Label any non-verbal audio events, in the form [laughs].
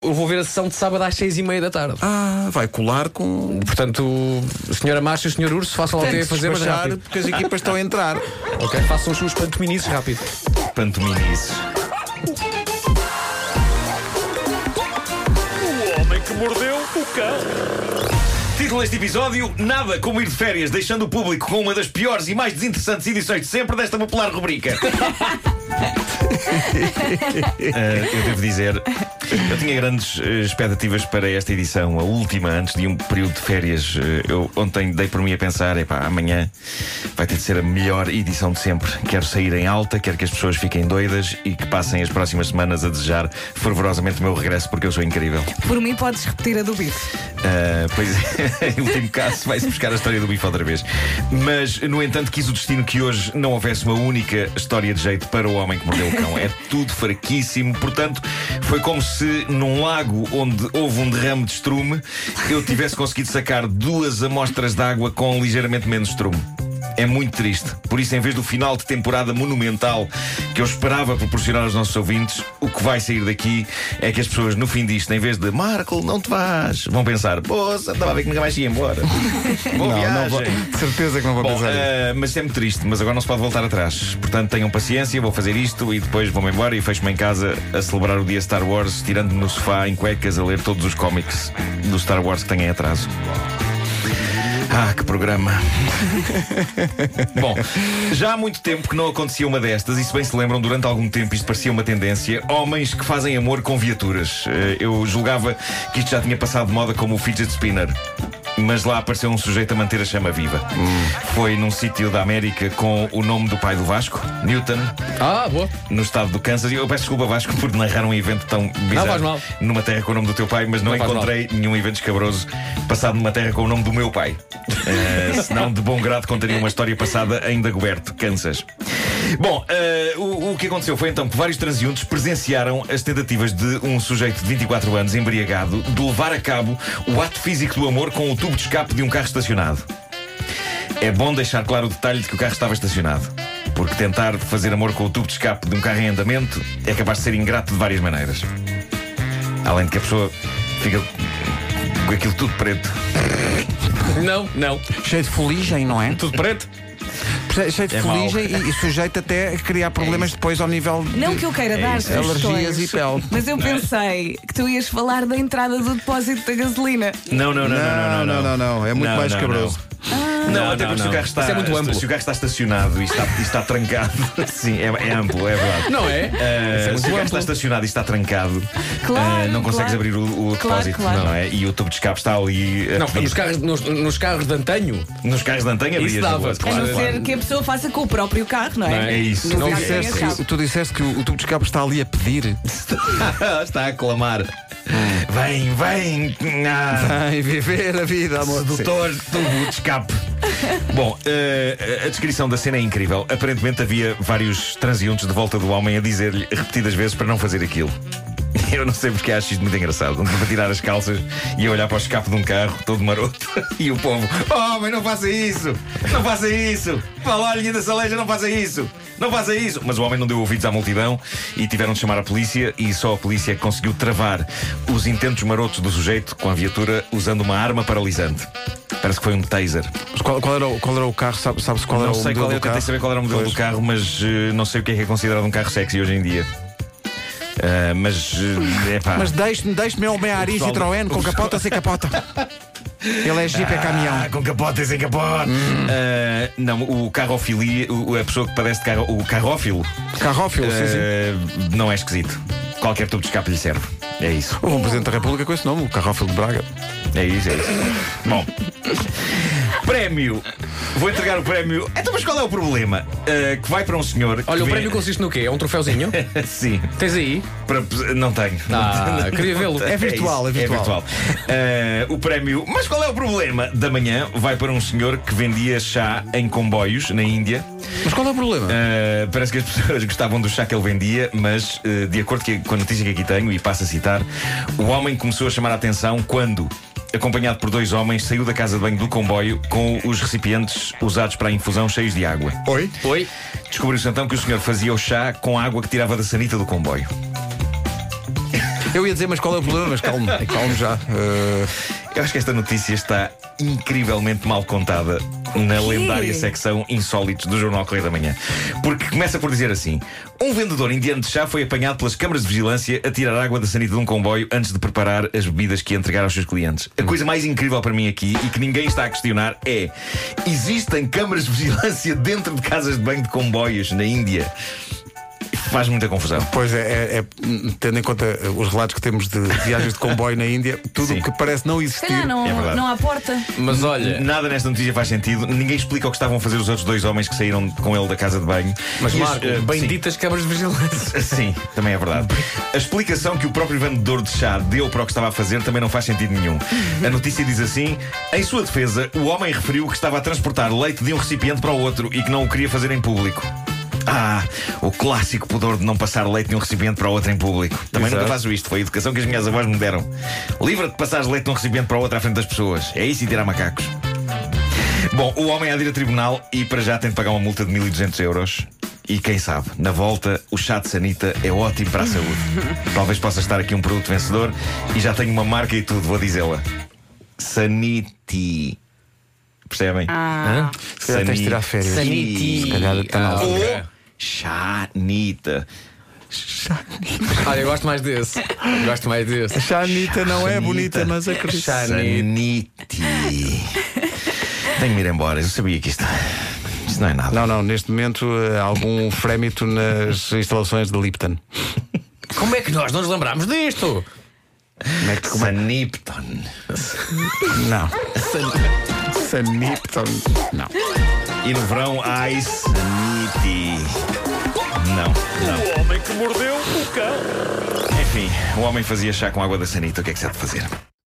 eu vou ver a sessão de sábado às seis e meia da tarde. Ah, vai colar com. Portanto, senhora Marcha e senhor Urso, façam lá o que têm a fazer, mas Despachar, rápido. porque as equipas estão a entrar. Ok? Façam os seus pantominices rápido. Pantominices. O homem que mordeu o cão. Título deste episódio: Nada como ir de férias, deixando o público com uma das piores e mais desinteressantes edições de sempre desta popular rubrica. Ah, eu devo dizer, eu tinha grandes eh, expectativas para esta edição, a última antes de um período de férias. Eh, eu ontem dei por mim a pensar: epá, amanhã vai ter de ser a melhor edição de sempre. Quero sair em alta, quero que as pessoas fiquem doidas e que passem as próximas semanas a desejar fervorosamente o meu regresso, porque eu sou incrível. Por mim, podes repetir a do bife. Ah, pois é, [laughs] em último caso, vai-se buscar a história do bife outra vez. Mas, no entanto, quis o destino que hoje não houvesse uma única história de jeito para o homem que mordeu o cão. É tudo fraquíssimo. Portanto, foi como se num lago onde houve um derrame de estrume, eu tivesse conseguido sacar duas amostras de água com ligeiramente menos estrume. É muito triste. Por isso, em vez do final de temporada monumental que eu esperava proporcionar aos nossos ouvintes, o que vai sair daqui é que as pessoas, no fim disto, em vez de Marco, não te vás, vão pensar: Poça, estava a ver que nunca mais ia [laughs] embora. Boa viagem. vou- de certeza que não vou Bom, pensar. nisso. ah, mas é muito triste, mas agora não se pode voltar atrás. Portanto, tenham paciência, vou fazer isto e depois vou-me embora e fecho-me em casa a celebrar o dia Star Wars, tirando-me no sofá em cuecas a ler todos os cómics do Star Wars que tenho em atraso. Ah, que programa! Bom, já há muito tempo que não acontecia uma destas, e se bem se lembram, durante algum tempo isto parecia uma tendência: homens que fazem amor com viaturas. Eh, Eu julgava que isto já tinha passado de moda como o fidget spinner. Mas lá apareceu um sujeito a manter a chama viva. Foi num sítio da América com o nome do pai do Vasco, Newton, Ah, boa. no estado do Kansas. E eu peço desculpa, Vasco, por narrar um evento tão bizarro faz mal. numa terra com o nome do teu pai, mas não, Não faz encontrei nenhum evento escabroso passado numa terra com o nome do meu pai. Eh, senão, de bom grado, contaria uma história passada em Dagoberto, Kansas. Bom, eh, o, o que aconteceu foi então que vários transeuntes presenciaram as tentativas de um sujeito de 24 anos, embriagado, de levar a cabo o ato físico do amor com o tubo de escape de um carro estacionado. É bom deixar claro o detalhe de que o carro estava estacionado. Porque tentar fazer amor com o tubo de escape de um carro em andamento é capaz de ser ingrato de várias maneiras. Além de que a pessoa fica com aquilo tudo preto. Não, não. Cheio de foligem, [laughs] não é? Tudo preto? Che- Cheio de É mau. foligem e, e sujeito até a criar problemas depois ao nível de Não que eu queira dar É isso, sugestões, alergias e pele. Mas eu é? pensei que tu ias falar da entrada do depósito da gasolina. Não, não, não, não, não. Não, não, não, não. É muito mais escabroso. Não, não, até porque se o carro está, Isso é muito amplo. se o carro está estacionado e está, e está trancado. [laughs] Sim, é, é amplo, é verdade. Não é? Ah, Isso é muito se o carro amplo. está estacionado e está trancado, Claro, ah, não claro. consegues abrir o, o Claro, depósito, claro. não é? E o tubo de escape está ali. a Não, pedir. nos carros, nos, nos carros de antanho. Nos carros de antanha abrias Isso dava, na boa, A claro, não claro. ser que a pessoa faça com o próprio carro, não é? Não É isso. Tu Não disseste, é. que, tu disseste que o tubo de escape está ali a pedir. [laughs] Está a clamar. Vem, vem. Ah, Ai, [laughs] viver a vida, amor. Doutor tubo de escape. Bom, eh, a descrição da cena é incrível. Aparentemente havia vários transeuntes de volta do homem a dizer-lhe repetidas vezes para não fazer aquilo. [laughs] Eu não sei porque acho isto muito engraçado. Um tipo a tirar as calças e a olhar para o escape de um carro todo maroto [laughs] e o povo: "Oh, Homem, não faça isso! Não faça isso! Fala, olha, ainda se aleja, não faça isso! Não faça isso! Mas o homem não deu ouvidos à multidão e tiveram de chamar a polícia e só a polícia é conseguiu travar os intentos marotos do sujeito com a viatura usando uma arma paralisante. Parece que foi um taser. Mas Qual, qual era o, qual era o carro? Sabe- Sabe-se qual não era o sei modelo qual é, eu do carro? tentei saber qual era o modelo Pois. do carro, mas eh, não sei o que é que é considerado um carro sexy hoje em dia. Ah, mas é pá. Mas deixe-me, deixe-me ao meia ariz pessoal- e troeno com capota sem capota. Ele é jipe, é Ah, caminhão. Hum. com capote e sem capote. Ah, não, o carrofilia, o- a pessoa que padece de carro, o carrófilo, Carrófilo, Oh, sim, sim. ah, não é esquisito. Qualquer tubo de escape lhe serve. É isso. Houve um Presidente da República com esse nome, o Carrófilo de Braga. É isso, é isso. Bom. Prémio. Vou entregar o prémio. Então, mas qual é o problema? Ah, que vai para um senhor. que Olha, o vê- prémio consiste no quê? É um [laughs] troféuzinho? [laughs] Sim. Tens aí? Para- não tenho. Ah, queria vê-lo. É virtual, isso, é virtual. Eh, o prémio. Mas qual é o problema? Da manhã vai para um senhor que vendia chá em comboios na Índia. Mas qual é o problema? Eh, parece que as pessoas [laughs] gostavam do chá que ele vendia, mas eh, de acordo que- com a notícia que aqui tenho, e passo a citar, o homem começou a chamar a atenção quando. Acompanhado por dois homens, saiu da casa de banho do comboio com os recipientes usados para a infusão cheios de água. Oi? Oi? Descobriu-se então que o senhor fazia o chá com a água que tirava da sanita do comboio. Eu ia dizer, mas qual é o problema? Mas calmo, calmo já. [laughs] Eh, Eu acho que esta notícia está incrivelmente mal contada na quê? lendária secção Insólitos do Jornal Correio da Manhã. Porque começa por dizer assim: um vendedor indiano de chá foi apanhado pelas câmaras de vigilância a tirar água da sanita de um comboio antes de preparar as bebidas que ia entregar aos seus clientes. A coisa mais incrível para mim aqui e que ninguém está a questionar é: existem câmaras de vigilância dentro de casas de banho de comboios na Índia? Faz muita confusão. pois é, é- é, hum, tendo em conta eh, os relatos que temos de viagens de comboio na Índia, tudo Sim. o que parece não Se existir. calhar não, É verdade. não há porta. Mas olha, Nada nesta notícia faz sentido. Ninguém explica o que estavam a fazer os outros dois homens que saíram com ele da casa de banho. mas E as- Marco, eh, sim. benditas câmaras de vigilância. Sim, também é verdade. A explicação que o próprio vendedor de chá deu para o que estava a fazer também não faz sentido nenhum. A notícia diz assim: em sua defesa, o homem referiu que estava a transportar leite de um recipiente para o outro e que não o queria fazer em público. Ah, o clássico pudor de não passar leite de um recipiente para o outro em público. Também nunca faço isto, foi a educação que as minhas avós me deram. Livra-te de passar leite de um recipiente para o outro à frente das pessoas. É isso e tirar macacos. Bom, o homem há de ir a tribunal e para já tem de pagar uma multa de 1200 euros. E quem sabe, na volta, o chá de Sanita é ótimo para a saúde. Talvez possa estar aqui um produto vencedor e já tenho uma marca e tudo, vou dizê-la. Saniti. Percebem? Hã? Ah. Se calhar tens de tirar férias. Saniti. Se calhar está na Ah, altura. ok. Ou Chanita. oh! Olha, eu gosto mais desse. Eu Gosto mais desse. Xanita não é bonita, mas acredito. Saniti. [laughs] Tenho de ir embora, eu sabia que isto. Isto não é nada. Não, não, neste momento eh, algum frémito nas instalações de Lipton. Como é que nós não nos lembramos disto? Como é que- como é- Sanipton. Não. Sanipton. Não. E no verão, ai, Saniti. Não, não. O homem que mordeu o cão. Enfim, o homem fazia chá com água da sanita, o que é que se há de fazer?